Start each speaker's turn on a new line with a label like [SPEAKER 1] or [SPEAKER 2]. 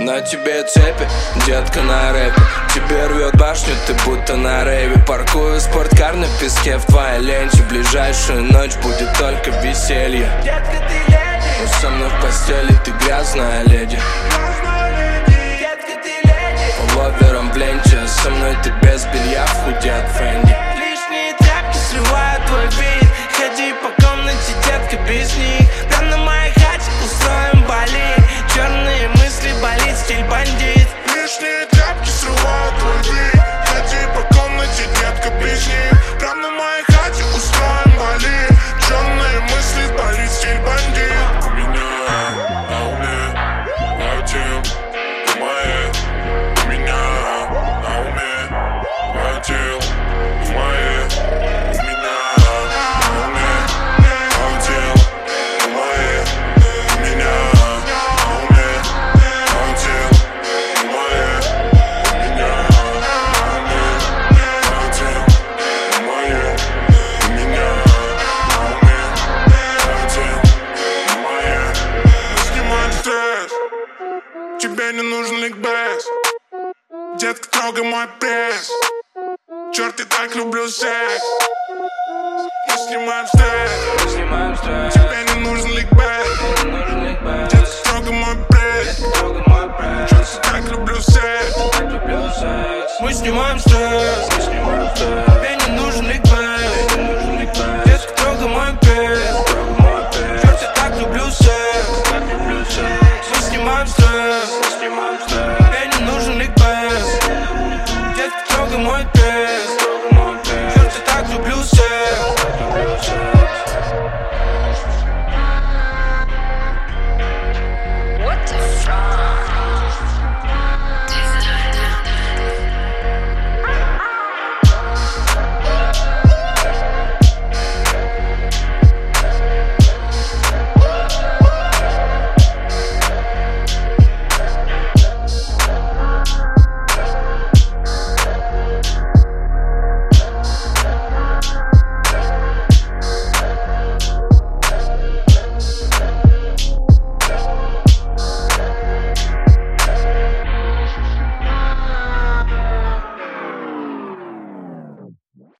[SPEAKER 1] На тебе цепи, детка на рэпе Тебе рвет башню, ты будто на рэве Паркую спорткар на песке в твоей ленте Ближайшую ночь будет только веселье
[SPEAKER 2] Детка, ты леди,
[SPEAKER 1] Но со мной в постели ты грязная леди
[SPEAKER 2] грязная леди. Детка, ты леди,
[SPEAKER 1] Ловером в ленте, а со мной ты без белья в худи от Фенди
[SPEAKER 2] лишние тряпки срывают твой бит Ходи по комнате, детка, без них Там на моей хате устроим болит Черные мысли, болит стиль бандит
[SPEAKER 3] Лишние тряпки срывают твой бит Ходи по комнате, детка, ближний Прям на моей хате устроим боли Черные мысли, болит стиль бандит У меня, а у меня один Ты моей У меня, а у меня один Ты моей У меня, а у меня один Ты моей У меня, а у меня один Тебе не нужен ликбез Детка, трогай мой пресс Черт, я так люблю секс Мы снимаем стресс
[SPEAKER 1] Снимаем стресс